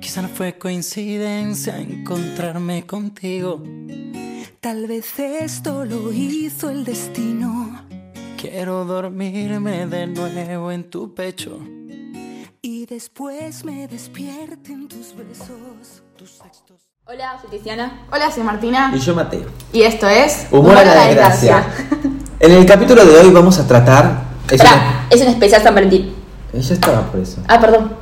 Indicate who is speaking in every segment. Speaker 1: Quizá no fue coincidencia encontrarme contigo.
Speaker 2: Tal vez esto lo hizo el destino.
Speaker 1: Quiero dormirme de nuevo en tu pecho.
Speaker 2: Y después me despierten tus besos, tus textos.
Speaker 3: Hola, soy Tiziana.
Speaker 4: Hola, soy Martina.
Speaker 5: Y yo Mateo.
Speaker 4: Y esto es
Speaker 5: Ah. Humor, a la desgracia. en el capítulo de hoy vamos a tratar. es una-
Speaker 3: Espera, es un especial San Valentín.
Speaker 5: Ella estaba por eso.
Speaker 3: Ah, perdón.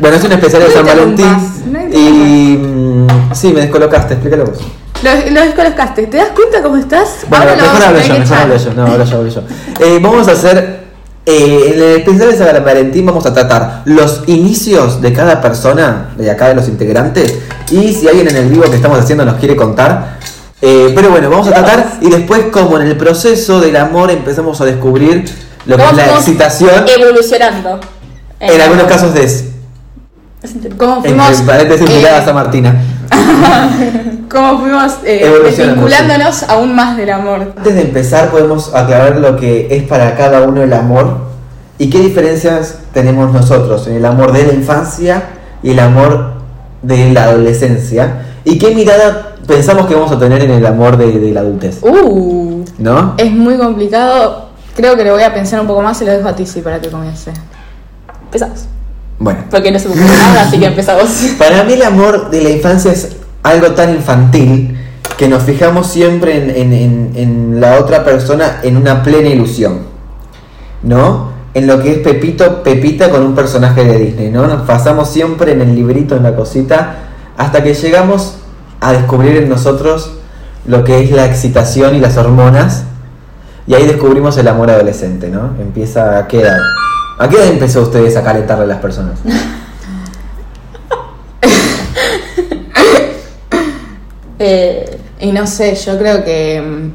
Speaker 5: Bueno, es un especial de
Speaker 4: No
Speaker 5: San
Speaker 4: interrumpas,
Speaker 5: Valentín.
Speaker 4: no
Speaker 5: y. mm, sí, me descolocaste, explícalo vos.
Speaker 4: Lo, lo descolocaste. ¿Te das cuenta cómo estás?
Speaker 5: Bueno,
Speaker 4: Ahora lo
Speaker 5: mejor
Speaker 4: vas a
Speaker 5: hablo
Speaker 4: tener
Speaker 5: yo,
Speaker 4: que
Speaker 5: mejor
Speaker 4: echar.
Speaker 5: hablo yo. No, hablo yo, hablo yo. Eh, vamos a hacer. eh, en el especial de San Valentín vamos a tratar los inicios de cada persona, de acá de los integrantes, y si alguien en el vivo que estamos haciendo nos quiere contar. eh, pero bueno, vamos a tratar y después como en el proceso del amor empezamos a descubrir lo que es la
Speaker 3: Vamos
Speaker 5: excitación,
Speaker 4: eh,
Speaker 3: Evolucionando. Eh,
Speaker 5: en algunos casos de
Speaker 4: Cómo
Speaker 5: entre
Speaker 4: eh, fuimos,
Speaker 5: paréntesis
Speaker 4: eh,
Speaker 5: miradas a Martina.
Speaker 4: cómo fuimos eh,
Speaker 5: Evolucionando,
Speaker 4: desvinculándonos aún más del amor.
Speaker 5: Antes de empezar podemos aclarar lo que es para cada uno el amor y qué diferencias tenemos nosotros en el amor de la infancia y el amor de la adolescencia y qué mirada pensamos que vamos a tener en el amor de, de la adultez,
Speaker 4: Uh,
Speaker 5: ¿no?
Speaker 4: es muy complicado. Creo que lo voy a pensar un poco más y lo dejo a Tizi para que comience.
Speaker 3: Empezamos.
Speaker 5: Bueno,
Speaker 3: Porque no se me ocurre nada, así que empezamos.
Speaker 5: para mí el amor de la infancia es algo tan infantil que nos fijamos siempre en, en- en- en la otra persona en una plena ilusión, ¿no? En lo que es Pepito, Pepita con un personaje de Disney, ¿no? Nos pasamos siempre en el librito, en la cosita, hasta que llegamos a descubrir en nosotros lo que es la excitación y las hormonas, y ahí descubrimos el amor adolescente, ¿no? Empieza a qué edad. ¿A qué edad empezó ustedes a calentarle a las personas?
Speaker 3: Eh,
Speaker 4: Y no sé, yo creo que. mm,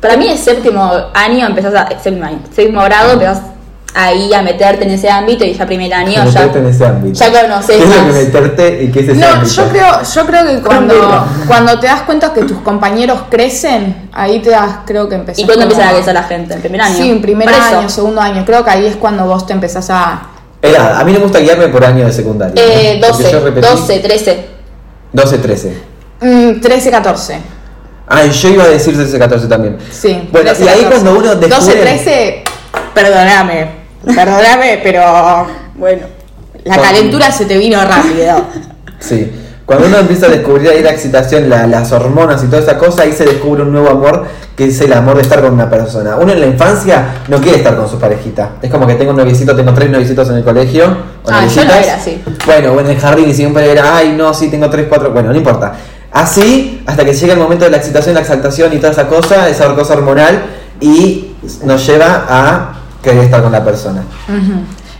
Speaker 3: para mí el séptimo año empezás a. Séptimo año. Séptimo grado empezás ahí a meterte en ese ámbito y ya primer año
Speaker 5: Como
Speaker 3: ya.
Speaker 5: meterte en ese ámbito.
Speaker 3: ya conocés
Speaker 5: ¿Qué es lo que
Speaker 3: más.
Speaker 5: meterte y qué es ese
Speaker 4: No,
Speaker 5: ámbito?
Speaker 4: yo creo, yo creo que cuando,
Speaker 5: Conmigo.
Speaker 4: cuando te das cuenta que tus compañeros crecen, ahí te das, creo que empezás.
Speaker 3: ¿Y cuándo
Speaker 4: como-
Speaker 3: empieza a crecer la gente? ¿En primer año?
Speaker 4: Sí, en primer
Speaker 3: Por eso.
Speaker 4: año, segundo año. Creo que ahí es cuando vos te empezás a.
Speaker 5: Edad, a mí no me gusta guiarme por año de secundaria.
Speaker 3: Eh,
Speaker 5: Porque
Speaker 3: 12,
Speaker 5: yo repetí
Speaker 3: 12, 13.
Speaker 5: 12, 13.
Speaker 4: mm, 13, 14.
Speaker 5: Ay, yo iba a decir 13, 14 también.
Speaker 4: Sí.
Speaker 5: Bueno, y ahí cuando uno descubre...
Speaker 4: 12, 13, perdóname. Perdóname, pero. Bueno. La
Speaker 5: Cuando-
Speaker 4: calentura se te vino rápido.
Speaker 5: Sí. Cuando uno empieza a descubrir ahí la excitación, la- las hormonas y toda esa cosa, ahí se descubre un nuevo amor, que es el amor de estar con una persona. Uno en la infancia no quiere estar con su parejita. Es como que tengo un noviecito, tengo tres noviecitos en el colegio. o
Speaker 3: Ah, yo no
Speaker 5: noviecitas.
Speaker 3: era así.
Speaker 5: Bueno, bueno, en el jardín y siempre era, ay, no, sí, tengo tres, cuatro, bueno, no importa. Así, hasta que llega el momento de la excitación, la exaltación y toda esa cosa, esa cosa hormonal, y nos lleva a querer estar con la persona.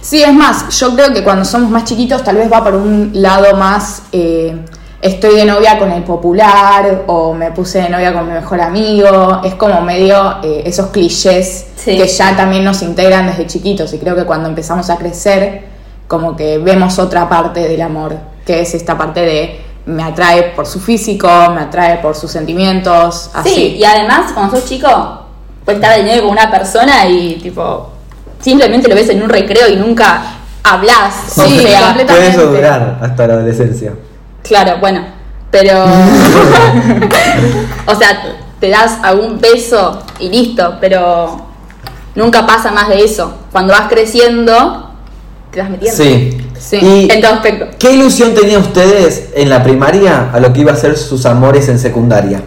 Speaker 4: Sí, es más, yo creo que cuando somos más chiquitos tal vez va por un lado más eh, estoy de novia con el popular o me puse de novia con mi mejor amigo, es como medio eh, esos clichés
Speaker 3: Sí.
Speaker 4: que ya también nos integran desde chiquitos y creo que cuando empezamos a crecer como que vemos otra parte del amor, que es esta parte de me atrae por su físico, me atrae por sus sentimientos, así.
Speaker 3: Sí, y además, cuando sos chico, puedes estar de nuevo con una persona y, tipo, simplemente lo ves en un recreo y nunca hablas.
Speaker 4: Sí,
Speaker 3: o sea,
Speaker 4: completamente.
Speaker 5: Puede eso durar hasta la adolescencia.
Speaker 3: claro, bueno, pero. o sea, te das algún beso y listo, pero nunca pasa más de eso. Cuando vas creciendo, te vas metiendo.
Speaker 5: Sí.
Speaker 4: Sí.
Speaker 5: Y-
Speaker 3: En todo aspecto.
Speaker 5: ¿Qué ilusión tenían ustedes en la primaria a lo que iba a ser sus amores en secundaria?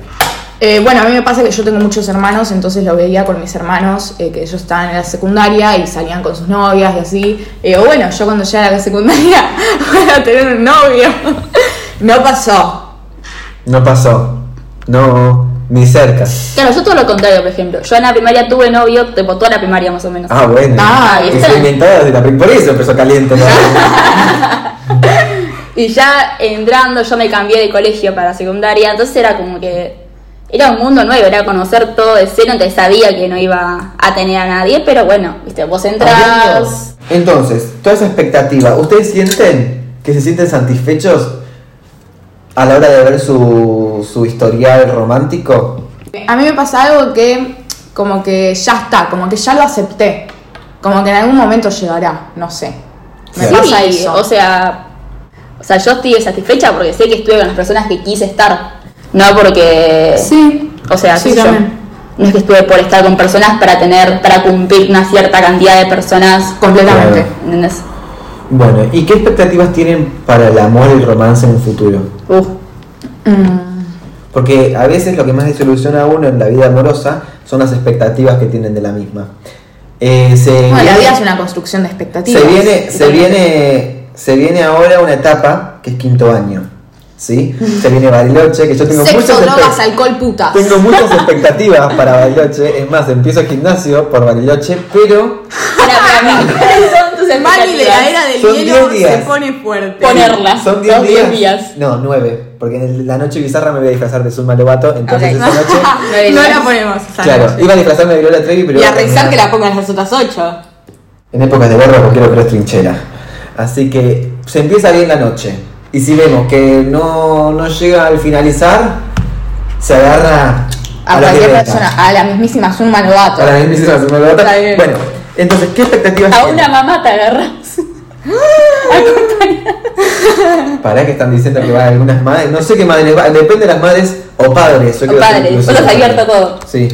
Speaker 4: Eh, bueno, a mí me pasa que yo tengo muchos hermanos, entonces lo veía con mis hermanos, eh, que ellos estaban en la secundaria y salían con sus novias y así. Y digo, bueno, yo cuando llegue a la secundaria voy a tener un novio. No pasó.
Speaker 5: No pasó. No, ni cerca.
Speaker 3: Claro, yo todo lo contrario, por ejemplo. Yo en la primaria tuve novio, tipo, toda la primaria más o menos.
Speaker 5: Ah, bueno.
Speaker 3: Ah, ahí está.
Speaker 5: Está inventada desde la prim- Por eso empezó caliente. ¿no?
Speaker 3: Y ya entrando, yo me cambié de colegio para secundaria, entonces era como que. Era un mundo nuevo, era conocer todo de cero, entonces sabía que no iba a tener a nadie, pero bueno, viste, vos entrás.
Speaker 5: Entonces, toda esa expectativa, ¿ustedes sienten que se sienten satisfechos a la hora de ver su, su historial romántico?
Speaker 4: A mí me pasa algo que como que ya está, como que ya lo acepté. Como que en algún momento llegará, no sé. Me
Speaker 5: Sí,
Speaker 4: pasa eso.
Speaker 3: o sea, O sea, yo estoy satisfecha porque sé que estuve con las personas que quise estar. No porque.
Speaker 4: Sí.
Speaker 3: O sea,
Speaker 4: Sí,
Speaker 3: qué sé yo.
Speaker 4: también.
Speaker 3: no es que estuve por estar con personas para tener, para cumplir una cierta cantidad de personas.
Speaker 4: Completamente.
Speaker 5: Claro.
Speaker 3: ¿Entendés?
Speaker 5: Bueno, ¿y qué expectativas tienen para el amor y el romance en el futuro?
Speaker 3: Uf.
Speaker 4: Uh. Mm,
Speaker 5: Porque a veces lo que más desilusiona a uno en la vida amorosa son las expectativas que tienen de la misma. Eh, se
Speaker 4: Bueno, la
Speaker 5: viene-
Speaker 4: vida es una construcción de expectativas.
Speaker 5: se viene, se viene, se viene ahora una etapa que es quinto año, ¿sí? Se viene Bariloche, que yo tengo
Speaker 4: Sexo,
Speaker 5: muchas
Speaker 4: drogas,
Speaker 5: expect-
Speaker 4: alcohol, putas.
Speaker 5: tengo muchas expectativas para Bariloche. Es más, empiezo el gimnasio por Bariloche, pero
Speaker 3: Para, para mí, ¿cuáles son tus
Speaker 4: El mal y
Speaker 3: expectativas?
Speaker 4: la era del
Speaker 5: Son
Speaker 4: hielo
Speaker 5: 10 días.
Speaker 4: se pone fuerte.
Speaker 3: Ponerla.
Speaker 5: son 10
Speaker 3: Son
Speaker 5: días.
Speaker 3: 10 días.
Speaker 5: No, 9, porque en el- la noche bizarra me voy a disfrazar de Zulma Lobato, entonces
Speaker 3: Ok.
Speaker 5: esa noche,
Speaker 4: No la ponemos. esa
Speaker 5: claro,
Speaker 4: noche.
Speaker 5: iba a disfrazarme de Viola Trevi, pero
Speaker 4: Y
Speaker 5: iba
Speaker 4: a pensar
Speaker 5: terminar-
Speaker 4: que la pongan las otras ocho.
Speaker 5: En épocas de guerra porque lo que es trinchera. Así que se empieza bien la noche. Y si vemos que no, no llega al finalizar, se agarra
Speaker 4: A,
Speaker 5: la
Speaker 4: cualquier
Speaker 5: violeta.
Speaker 4: persona, a la mismísima Zulma Lovato.
Speaker 5: A la misma se me levanta.
Speaker 4: Está bien.
Speaker 5: Bueno, entonces, ¿qué expectativas
Speaker 3: A
Speaker 5: tienen?
Speaker 3: una mamá te agarras.
Speaker 5: Pará que están diciendo que va a algunas madres. No sé qué madres va. Depende de las madres o padres. Yo
Speaker 3: O
Speaker 5: quiero ser
Speaker 3: padres, vos
Speaker 5: inclusivo.
Speaker 3: has abierto todo.
Speaker 5: Sí.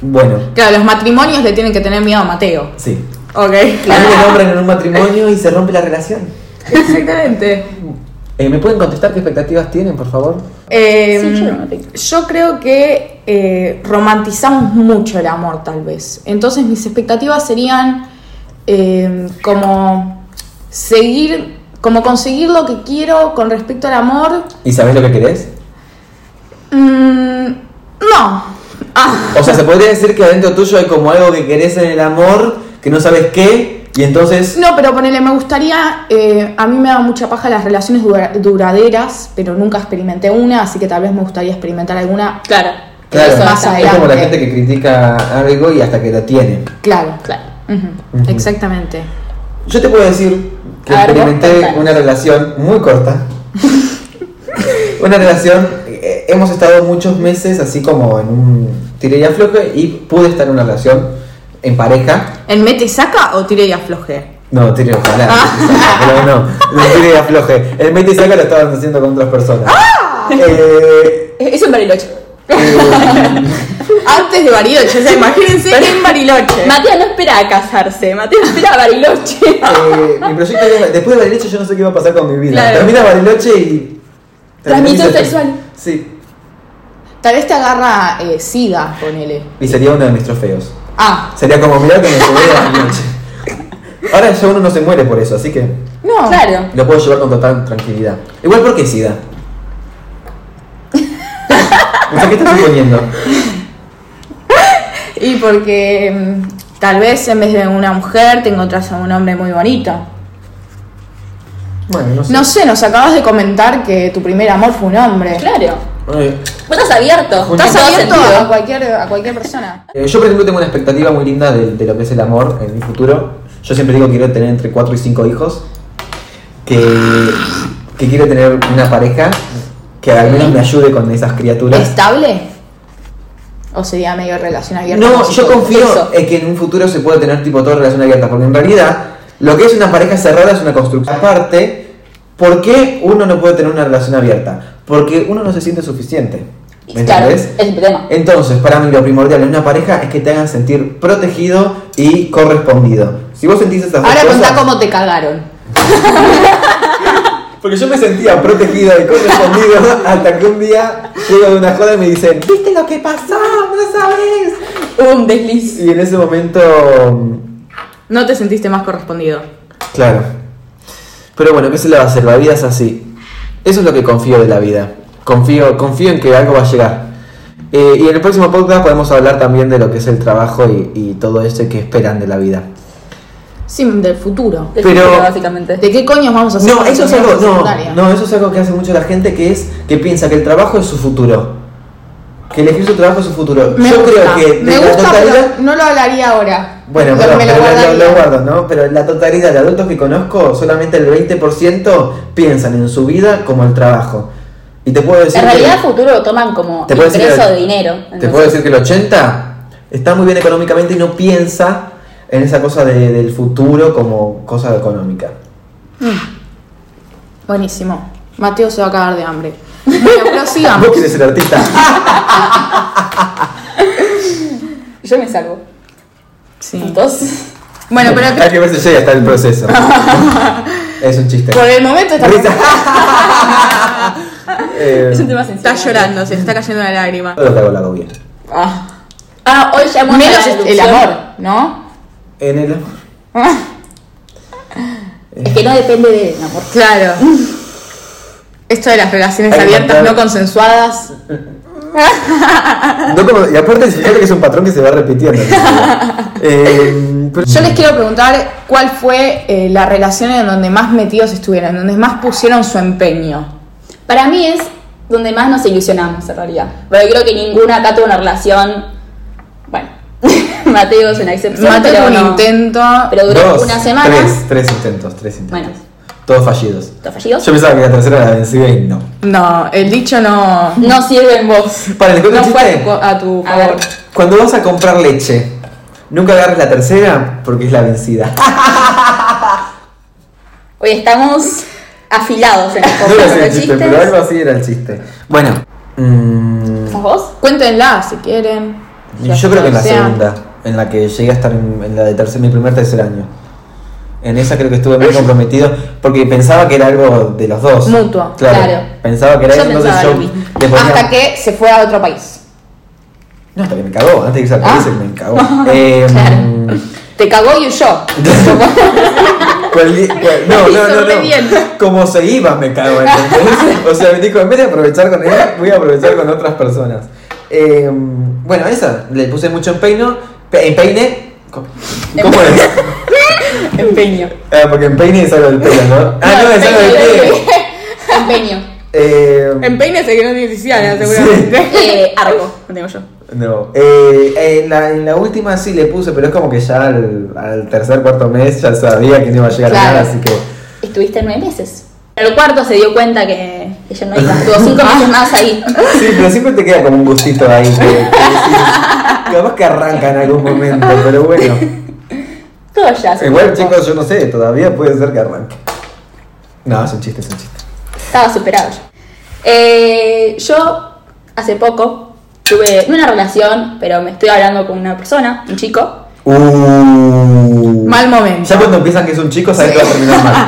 Speaker 5: Bueno,
Speaker 4: Claro, los matrimonios le tienen que tener miedo a Mateo.
Speaker 5: sí.
Speaker 4: Ok.
Speaker 5: A mí me nombran en un matrimonio y se rompe la relación.
Speaker 4: Exactamente.
Speaker 5: Eh, ¿Me pueden contestar qué expectativas tienen, por favor?
Speaker 4: Eh,
Speaker 3: Sí, yo no lo tengo.
Speaker 4: yo creo que eh, romantizamos mucho el amor, tal vez. Entonces mis expectativas serían eh, como seguir, como conseguir lo que quiero con respecto al amor.
Speaker 5: ¿Y sabés lo que querés?
Speaker 4: Mm, no. Ah,
Speaker 5: O sea, se podría decir que adentro tuyo hay como algo que querés en el amor, que no sabes qué, y entonces.
Speaker 4: no, pero ponele, me gustaría, eh, a mí me da mucha paja las relaciones dura- duraderas, pero nunca experimenté una, así que tal vez me gustaría experimentar alguna.
Speaker 3: Claro.
Speaker 5: Claro,
Speaker 4: eso más
Speaker 5: es como la
Speaker 4: adelante.
Speaker 5: gente que critica algo y hasta que lo tiene.
Speaker 4: Claro.
Speaker 3: Claro.
Speaker 4: Ujú,
Speaker 5: Ujú.
Speaker 4: Exactamente.
Speaker 5: Yo te puedo decir que
Speaker 3: A ver, vos
Speaker 5: experimenté
Speaker 3: contá.
Speaker 5: una relación muy corta. una relación. eh, hemos estado muchos meses así como en un tiré y afloje y pude estar en una relación en pareja.
Speaker 4: ¿El mete saca o tire y afloje?
Speaker 5: No, tire ojalá. Pero no, no tire y afloje. El mete y saca lo estaban haciendo con otras personas. Eh,
Speaker 3: Es un bariloche.
Speaker 4: Antes de Bariloche, o sea, imagínense que en Bariloche.
Speaker 3: Matías no espera a casarse, Matías espera a bariloche.
Speaker 5: Eh, mi proyecto era, después de Bariloche yo no sé qué iba a pasar con mi vida.
Speaker 3: Claro.
Speaker 5: Termina Bariloche y...
Speaker 3: Transmisión
Speaker 5: termina-
Speaker 3: sexual.
Speaker 5: Sí.
Speaker 4: Tal vez te agarra eh, SIDA, ponele.
Speaker 5: Y sería uno de mis trofeos.
Speaker 4: Ah,
Speaker 5: Sería como mirar que me llevé a Bariloche. Ahora ya uno no se muere por eso, así que
Speaker 4: no.
Speaker 3: Claro.
Speaker 5: lo puedo llevar con total tranquilidad. Igual porque SIDA. O sea, ¿Qué estás suponiendo?
Speaker 4: Y porque mm, tal vez en vez de una mujer te encontrás a un hombre muy bonito.
Speaker 5: Bueno, no sé.
Speaker 4: No sé, nos acabas de comentar que tu primer amor fue un hombre.
Speaker 3: Claro.
Speaker 5: Eh,
Speaker 3: Vos estás abierto.
Speaker 4: ¿Estás
Speaker 5: Estás
Speaker 3: en todo
Speaker 4: abierto
Speaker 3: sentido.
Speaker 4: a cualquier, a cualquier persona?
Speaker 5: Eh, yo, por ejemplo, tengo una expectativa muy linda de, de lo que es el amor en mi futuro. Yo siempre digo que quiero tener entre 4 y 5 hijos. Que, que quiero tener una pareja que al menos me ayude con esas criaturas.
Speaker 4: ¿Estable? ¿O sería medio relación abierta?
Speaker 5: No,
Speaker 4: con
Speaker 5: yo
Speaker 4: todo?
Speaker 5: confío
Speaker 4: Eso.
Speaker 5: en que en un futuro se pueda tener tipo toda relación abierta, porque en realidad lo que es una pareja cerrada es una construcción. Aparte, ¿por qué uno no puede tener una relación abierta? Porque uno no se siente suficiente. ¿Me
Speaker 3: Claro,
Speaker 5: entendés?
Speaker 3: es el tema.
Speaker 5: Entonces, para mí lo primordial en una pareja es que te hagan sentir protegido y correspondido. Si vos sentís esas dos
Speaker 4: Ahora
Speaker 5: cosas,
Speaker 4: contá cómo te cagaron.
Speaker 5: Porque yo me sentía protegido y correspondido hasta que un día llego de una joda y me dicen, ¿viste lo que pasó? No sabés.
Speaker 3: Hubo un desliz.
Speaker 5: Y en ese momento...
Speaker 4: No te sentiste más correspondido.
Speaker 5: Claro. Pero bueno, ¿qué se le va a hacer? La vida es así. Eso es lo que confío de la vida. Confío, confío en que algo va a llegar. Eh, y en el próximo podcast podemos hablar también de lo que es el trabajo y, y todo eso que esperan de la vida.
Speaker 4: Sí, del futuro.
Speaker 3: Del
Speaker 5: Pero-
Speaker 3: futuro, básicamente.
Speaker 4: ¿De qué coños vamos a hacer?
Speaker 5: No,
Speaker 4: cuando
Speaker 5: eso es
Speaker 4: terminemos
Speaker 5: algo,
Speaker 4: la
Speaker 5: no,
Speaker 4: secundaria?
Speaker 5: no, eso es algo que hace mucho la gente que es que piensa que el trabajo es su futuro. Que elegir su trabajo es su futuro.
Speaker 4: Me
Speaker 5: Yo
Speaker 4: gusta,
Speaker 5: creo que
Speaker 4: me
Speaker 5: de la
Speaker 4: gusta, pero
Speaker 5: totalidad.
Speaker 4: no lo hablaría ahora.
Speaker 5: Bueno,
Speaker 4: Lo-
Speaker 5: perdón,
Speaker 4: me lo
Speaker 5: pero lo,
Speaker 4: guardaría.
Speaker 5: lo guardo, ¿no? Pero la totalidad de adultos que conozco, solamente el 20% piensan en su vida como el trabajo. Y te puedo decir
Speaker 3: En realidad,
Speaker 5: que,
Speaker 3: futuro lo toman como
Speaker 5: te puedo decir
Speaker 3: ingreso
Speaker 5: que-
Speaker 3: de dinero.
Speaker 5: te
Speaker 3: entonces.
Speaker 5: puedo decir que el 80 está muy bien económicamente y no piensa en esa cosa de- del futuro como cosa económica.
Speaker 4: Buenísimo. Mateo se va a cagar de hambre. Bueno, prosigamos.
Speaker 5: Vos querés ser artista.
Speaker 3: Yo me salvo.
Speaker 4: Sí.
Speaker 3: Entonces,
Speaker 4: Bueno, pero
Speaker 5: Hay que ver si llega hasta el proceso. es un chiste.
Speaker 4: por el momento está,
Speaker 5: Eh,
Speaker 3: es un tema sencillo.
Speaker 4: está llorando, se le está cayendo la lágrima.
Speaker 5: todos los hago, la hago bien.
Speaker 4: Ah.
Speaker 3: Ah, hoy llamó a
Speaker 4: Menos
Speaker 3: la
Speaker 4: es- el
Speaker 3: deducción.
Speaker 4: amor, ¿no?
Speaker 5: En el amor.
Speaker 3: Es que no
Speaker 5: eh,
Speaker 3: depende del amor.
Speaker 4: Claro. Esto de las relaciones
Speaker 5: Hay que
Speaker 4: abiertas
Speaker 5: matar-
Speaker 4: no consensuadas.
Speaker 5: No como- y aparte se nota que es un patrón que se va repitiendo. Eh, pero-
Speaker 4: Yo les quiero preguntar cuál fue eh, la relación en donde más metidos estuvieron, en donde más pusieron su empeño.
Speaker 3: Para mí es donde más nos ilusionamos en realidad. Porque creo que ninguna acá tuvo una relación. Bueno, Mateo es una excepción.
Speaker 4: Mateo
Speaker 3: pero
Speaker 4: tuvo un
Speaker 3: no.
Speaker 4: intento.
Speaker 3: Pero duró
Speaker 5: Dos,
Speaker 3: una semana.
Speaker 5: Tres, tres intentos, tres intentos.
Speaker 3: Bueno.
Speaker 5: Todos fallidos.
Speaker 3: ¿Está fallido?
Speaker 5: Yo pensaba que la tercera era la vencida y no.
Speaker 4: No, el dicho no.
Speaker 3: No sirve en vos.
Speaker 5: Para el
Speaker 4: No fue a
Speaker 5: chiste.
Speaker 4: tu, a tu
Speaker 3: A ver.
Speaker 4: favor.
Speaker 5: Cuando vas a comprar leche, nunca agarres la tercera porque es la vencida.
Speaker 3: Hoy estamos afilados en las
Speaker 5: No
Speaker 3: cosas,
Speaker 5: era
Speaker 3: los
Speaker 5: ese el
Speaker 3: chistes.
Speaker 5: chiste, pero algo así era el chiste. Bueno, mm,
Speaker 3: ¿Sos vos?
Speaker 4: Cuéntenla si quieren.
Speaker 5: yo creo que en la
Speaker 4: O sea,
Speaker 5: segunda, en la que llegué a estar en, en la de tercer, mi primer tercer año. En esa creo que estuve muy comprometido porque pensaba que era algo de los dos.
Speaker 4: Mutuo,
Speaker 3: claro.
Speaker 5: Pensaba que era
Speaker 3: Yo
Speaker 5: eso, entonces
Speaker 3: pensaba
Speaker 5: yo
Speaker 3: lo mismo.
Speaker 5: le ponía-
Speaker 4: Hasta que se fue a otro país.
Speaker 5: No, hasta que me cagó, antes de que se
Speaker 4: Ah.
Speaker 5: alcance, me cagó. Eh,
Speaker 3: Claro.
Speaker 4: Te cagó y huyó.
Speaker 5: Cual- cual- no, no, no,
Speaker 4: Hizo re
Speaker 5: no.
Speaker 4: bien.
Speaker 5: Como se iba, me cago en O sea, me dijo, en vez de aprovechar con ella, voy a aprovechar con otras personas. Eh, bueno, esa, le puse mucho empeino. pe- Empeine. ¿Cómo cómo es?
Speaker 4: Empeño.
Speaker 5: Ah, porque empeine es algo del pelo, ¿no? Ah, no, es algo del pie.
Speaker 3: Empeño.
Speaker 5: Eh,
Speaker 4: Empeño es el que no tiene Tiziana,
Speaker 5: seguramente.
Speaker 3: Eh, arco, lo tengo yo.
Speaker 5: no. Eh, en, la, en la última sí le puse, pero es como que ya al, al tercer, cuarto mes ya sabía que no iba a llegar
Speaker 3: Claro.
Speaker 5: nada, así que.
Speaker 3: Estuviste nueve meses. En el cuarto se dio cuenta que, que ya no iba. Estuvo cinco meses más ahí.
Speaker 5: Sí, pero siempre te queda como un gustito ahí. Que, que decís, capaz que arranca en algún momento, pero bueno.
Speaker 3: Todo ya. se
Speaker 5: Igual,
Speaker 3: fue.
Speaker 5: chicos, yo no sé, todavía puede ser que arranque. No, es un chiste, es un chiste.
Speaker 3: Estaba superado ya. Eh, yo hace poco tuve no una relación, pero me estoy hablando con una persona, un chico.
Speaker 5: Uh.
Speaker 4: Mal momento.
Speaker 5: Ya cuando empiezan que es un chico, saben que va a terminar mal.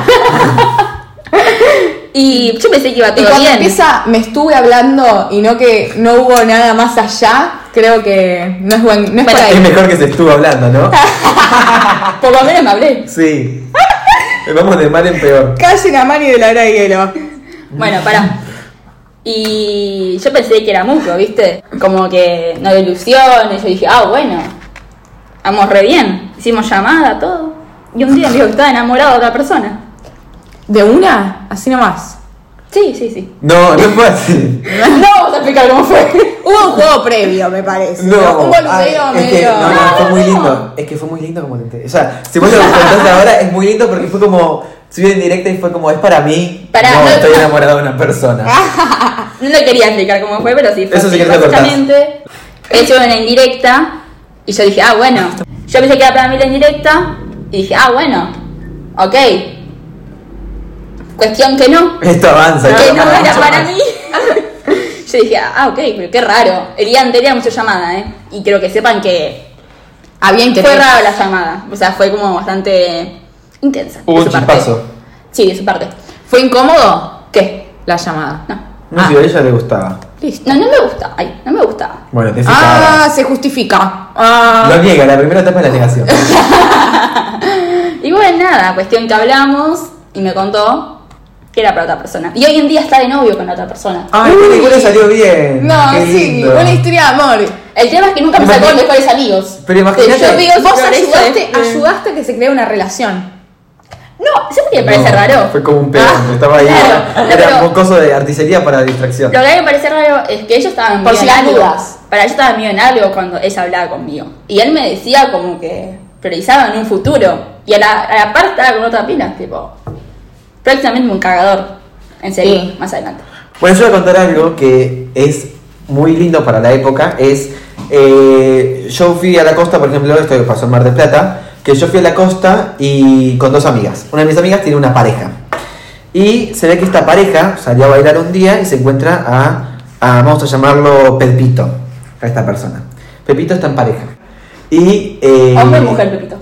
Speaker 3: Y yo pensé que iba
Speaker 4: Y
Speaker 3: todo
Speaker 4: cuando
Speaker 3: bien.
Speaker 4: empieza, me estuve hablando y no que no hubo nada más allá, creo que no es, buen, no es por
Speaker 3: Bueno,
Speaker 5: Es
Speaker 4: ahí.
Speaker 5: mejor que se estuvo hablando, ¿no?
Speaker 3: Por lo menos me hablé.
Speaker 5: Sí. Vamos de mal en peor.
Speaker 4: Callen a Mari de la hora de hielo.
Speaker 3: Bueno, pará. Y yo pensé que era mucho, ¿viste? Como que no había ilusiones. Yo dije, ah, bueno, vamos re bien. Hicimos llamada, todo. Y un día me dijo que estaba enamorado de otra persona.
Speaker 4: ¿De una? Así nomás.
Speaker 3: Sí, sí, sí.
Speaker 5: No, no fue así.
Speaker 3: No vamos a explicar cómo fue.
Speaker 4: Hubo un juego previo, me parece.
Speaker 5: No,
Speaker 4: un
Speaker 5: ay,
Speaker 4: boludeo
Speaker 5: es que,
Speaker 4: medio.
Speaker 5: no, no, fue muy
Speaker 3: Ah.
Speaker 5: lindo. Es que fue muy lindo como te enteré. O sea, si vos lo contás ahora, es muy lindo porque fue como. Subí en directa y fue como, es para mí.
Speaker 3: Pará,
Speaker 5: no,
Speaker 3: no- Ah.
Speaker 5: estoy enamorado de una persona.
Speaker 3: No quería explicar cómo fue, pero sí fue
Speaker 5: Eso sí
Speaker 3: así,
Speaker 5: que no te acordás.
Speaker 3: básicamente. Él llegó en la indirecta y yo dije, ah, bueno. Yo pensé que era para mí la indirecta y dije, ah, bueno, ok. Cuestión que no,
Speaker 5: Esto avanza.
Speaker 3: que
Speaker 5: esto
Speaker 3: no
Speaker 5: avanza
Speaker 3: era
Speaker 5: mucho
Speaker 3: para
Speaker 5: más.
Speaker 3: mí. Yo dije, ah, ok, pero qué raro. El día anterior mucha llamada, ¿eh? Y quiero que sepan que
Speaker 4: Había
Speaker 3: fue
Speaker 4: interés.
Speaker 3: raro la llamada. O sea, fue como bastante intensa.
Speaker 5: Hubo
Speaker 3: de
Speaker 5: un
Speaker 3: su parte.
Speaker 5: chispazo.
Speaker 3: Sí, de su parte.
Speaker 4: ¿Fue incómodo?
Speaker 3: ¿Qué?
Speaker 4: La llamada.
Speaker 3: No.
Speaker 5: No, si a ella le gustaba.
Speaker 3: No, no me gusta. Ay, no me gustaba.
Speaker 5: Bueno, te
Speaker 4: Ah,
Speaker 5: fijabas.
Speaker 4: se justifica. Ah.
Speaker 5: Lo niega, la primera etapa es la negación.
Speaker 3: Y bueno, nada, cuestión que hablamos y me contó que era para otra persona. Y hoy en día está de novio con la otra persona.
Speaker 5: Ay, qué igual salió bien.
Speaker 4: No,
Speaker 5: Qué
Speaker 4: sí,
Speaker 5: lindo.
Speaker 4: una historia de amor.
Speaker 3: El tema es que nunca me sacó de
Speaker 5: Imagínate-
Speaker 3: mejores amigos.
Speaker 5: Pero imagínate-
Speaker 3: Yo digo,
Speaker 4: Vos
Speaker 3: me parece-
Speaker 4: ayudaste,
Speaker 3: eh,
Speaker 4: ayudaste a que se cree una relación.
Speaker 3: No, ¿sabes qué me parece
Speaker 5: No,
Speaker 3: raro? Ah,
Speaker 5: Fue como un pedo, estaba ahí.
Speaker 3: claro, no,
Speaker 5: era
Speaker 3: pero-
Speaker 5: un coso de articería para distracción.
Speaker 3: Lo que a mí me parece raro es que ellos estaban
Speaker 4: Por
Speaker 3: medio
Speaker 4: si
Speaker 3: en
Speaker 4: las
Speaker 3: algo.
Speaker 4: dudas.
Speaker 3: Para ellos estaban medio en algo cuando ella hablaba conmigo. Y él me decía como que priorizaba en un futuro. Y a la, a la par estaba con otra pila, tipo. Prácticamente un cagador. En serio,
Speaker 4: Sí.
Speaker 3: más adelante.
Speaker 5: Bueno, yo voy a contar algo que es muy lindo para la época. Es. eh, yo fui a la costa, por ejemplo, esto que pasó en Mar del Plata. Que yo fui a la costa y con dos amigas. Una de mis amigas tiene una pareja. Y se ve que esta pareja salió a bailar un día y se encuentra a, a, vamos a llamarlo Pepito, a esta persona. Pepito está en pareja. Y, eh,
Speaker 3: Hombre o mujer, Pepito.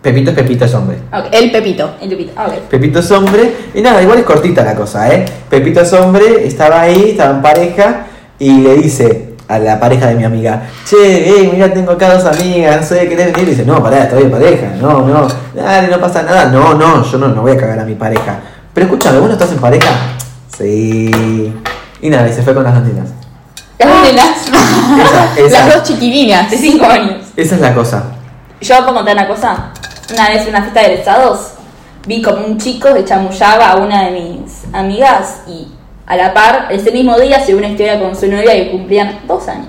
Speaker 5: Pepito es Pepito es hombre.
Speaker 3: Ok.
Speaker 4: El Pepito.
Speaker 3: El Pepito. Ah, ok.
Speaker 5: Pepito es hombre. Y nada, igual es cortita la cosa, ¿eh? Pepito es hombre, estaba ahí, estaba en pareja y le dice a la pareja de mi amiga, che, hey, mira, tengo acá dos amigas, no sé, ¿querés venir? Y dice, no, pará, estoy en pareja, no, no, dale, no pasa nada, no, no, yo no, no voy a cagar a mi pareja. Pero escúchame, ¿vos no estás en pareja? Sí. Y nada, y se fue con las antenas.
Speaker 3: Las nenas.
Speaker 4: Ah.
Speaker 5: Esa, esa,
Speaker 4: Las dos chiquilinas.
Speaker 3: De 5 años.
Speaker 5: esa es la cosa.
Speaker 3: Yo puedo contar una cosa. Una vez en una fiesta de egresados vi como un chico que chamullaba a una de mis amigas y a la par, ese mismo día, se una historia con su novia que cumplían dos años.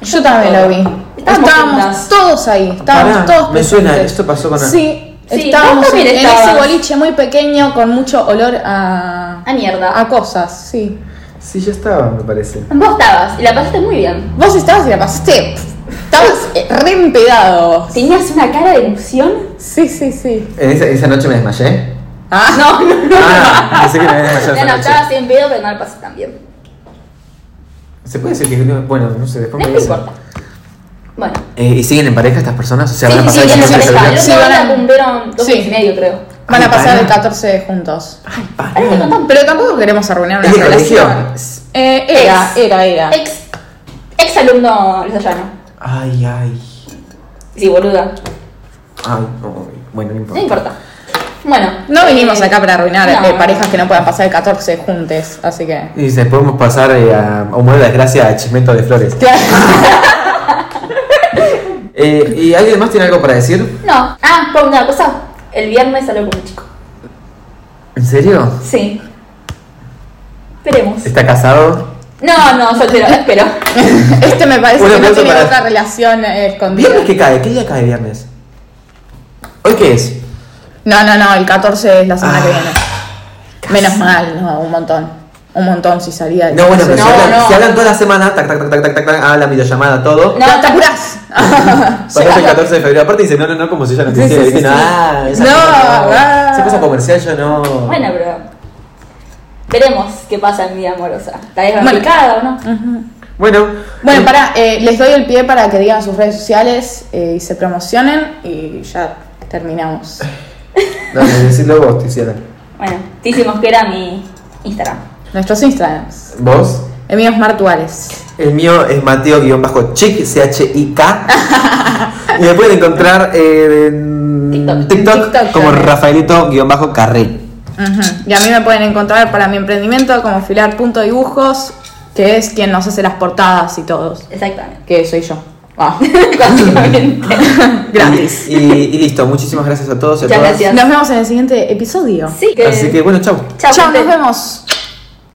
Speaker 4: Yo también lo vi.
Speaker 3: Estábamos
Speaker 4: Estábamos,
Speaker 3: juntas.
Speaker 4: todos ahí, estábamos
Speaker 5: Pará,
Speaker 4: todos
Speaker 5: me suena,
Speaker 4: presentes.
Speaker 5: esto pasó con-
Speaker 4: Sí,
Speaker 3: Sí, vos
Speaker 4: estábamos en,
Speaker 3: también
Speaker 4: en ese
Speaker 3: estabas.
Speaker 4: boliche muy pequeño con mucho olor a,
Speaker 3: A Ah, mierda.
Speaker 4: a cosas, sí.
Speaker 5: Sí, yo estaba, me parece.
Speaker 3: Vos estabas y la pasaste muy bien.
Speaker 4: Vos estabas y la pasaste. pff, Estabas eh, re empedado.
Speaker 3: Tenías una cara de emoción.
Speaker 4: Sí, sí, sí.
Speaker 5: En esa, esa noche me desmayé.
Speaker 4: Ah,
Speaker 3: No, no, no.
Speaker 5: Ah, pensé que me había desmayado
Speaker 3: No,
Speaker 5: esa
Speaker 3: no,
Speaker 5: noche.
Speaker 3: estabas en pedo, pero no la pasaste tan bien.
Speaker 5: ¿Se puede decir que.? no? Bueno, no sé, después
Speaker 3: No
Speaker 5: me
Speaker 3: me
Speaker 5: dicen.
Speaker 3: importa. Bueno.
Speaker 5: Eh, ¿Y siguen en pareja estas personas? O sea,
Speaker 3: Sí,
Speaker 5: van a
Speaker 3: sí,
Speaker 5: pasar
Speaker 3: sí,
Speaker 5: el
Speaker 3: en
Speaker 5: tiempo
Speaker 4: sí,
Speaker 5: que se
Speaker 3: pareja. El
Speaker 4: sí,
Speaker 3: otro
Speaker 4: van
Speaker 3: día
Speaker 4: a-
Speaker 3: cumplieron dos
Speaker 4: Sí.
Speaker 3: años y medio, creo.
Speaker 4: van
Speaker 5: Ay,
Speaker 4: a pasar el
Speaker 5: pará.
Speaker 4: 14 juntos.
Speaker 3: Ahora te contamos.
Speaker 4: Pero tampoco queremos arruinar una
Speaker 5: ¿Es de
Speaker 4: relación.
Speaker 5: colegio?
Speaker 4: Eh, era,
Speaker 3: Ex.
Speaker 4: era, era.
Speaker 3: Ex, ex alumno Lesallano.
Speaker 5: Ay, ay.
Speaker 3: Sí, boluda.
Speaker 5: Ay, no, bueno, no importa.
Speaker 3: No importa. Bueno.
Speaker 4: No vinimos
Speaker 3: eh,
Speaker 4: acá para arruinar eh,
Speaker 3: no.
Speaker 4: parejas que no puedan pasar el 14 juntes, así que.
Speaker 5: Y dice, podemos pasar eh, a a humor de desgracia a Chismento de Flores. Eh, ¿Y alguien más tiene algo para decir?
Speaker 3: No. Ah, por una cosa. El viernes salió con un chico.
Speaker 5: ¿En serio?
Speaker 3: Sí. Esperemos.
Speaker 5: ¿Está casado?
Speaker 3: No, no, soltero, espero.
Speaker 4: Este me parece
Speaker 5: Un
Speaker 4: que no
Speaker 5: aplauso
Speaker 4: tiene
Speaker 5: para-
Speaker 4: otra relación eh, escondida.
Speaker 5: ¿Viernes qué cae? ¿Qué día cae viernes? ¿Hoy qué es?
Speaker 4: No, no, no, el 14 es la semana
Speaker 5: Ah,
Speaker 4: que viene. Menos mal, no, un montón. Un montón si salía. el
Speaker 5: No, bueno, pero
Speaker 4: 14.
Speaker 5: si, hablan,
Speaker 4: no.
Speaker 5: si hablan toda la semana, tac, tac, tac, tac, tac, tac, tac, hablan videollamada, todo.
Speaker 4: No, te apurás.
Speaker 5: Pasás el 14 de febrero. Aparte dice, no, no, no, como si ya no
Speaker 4: Sí,
Speaker 5: te
Speaker 4: sí,
Speaker 5: hiciera.
Speaker 4: sí,
Speaker 5: Dicen,
Speaker 4: sí.
Speaker 5: ah, esa
Speaker 4: No,
Speaker 5: cosa
Speaker 4: ah.
Speaker 5: Esa cosa comercial yo no.
Speaker 3: Bueno, pero. Veremos qué pasa en mi vida amorosa. ¿La dejo
Speaker 4: Bueno. Ah.
Speaker 3: picada o no?
Speaker 5: Bueno.
Speaker 4: Bueno, pará, eh, les doy el pie para que digan sus redes sociales eh, y se promocionen y ya terminamos.
Speaker 5: Dale, decilo vos, Tiziana.
Speaker 3: Bueno, te hicimos que era mi Instagram.
Speaker 4: Nuestros Instagrams.
Speaker 5: ¿Vos?
Speaker 4: El mío es Martuales.
Speaker 5: El mío es Mateo-Chic, C-H-I-K. y me pueden encontrar en
Speaker 3: TikTok.
Speaker 5: TikTok,
Speaker 4: TikTok,
Speaker 5: como
Speaker 4: claro.
Speaker 5: Rafaelito-Carré.
Speaker 4: Ujú. Y a mí me pueden encontrar para mi emprendimiento como filar.dibujos, que es quien nos hace las portadas y todos.
Speaker 3: Exactamente.
Speaker 4: Que soy yo. Ah.
Speaker 3: Básicamente.
Speaker 4: Gratis.
Speaker 5: Y, y listo, muchísimas gracias a todos y a
Speaker 3: Muchas
Speaker 5: todas.
Speaker 3: gracias.
Speaker 4: Nos vemos en el siguiente episodio.
Speaker 3: Sí,
Speaker 5: Así que bueno, chao.
Speaker 3: Chao,
Speaker 4: Chao,
Speaker 3: gente.
Speaker 4: nos vemos.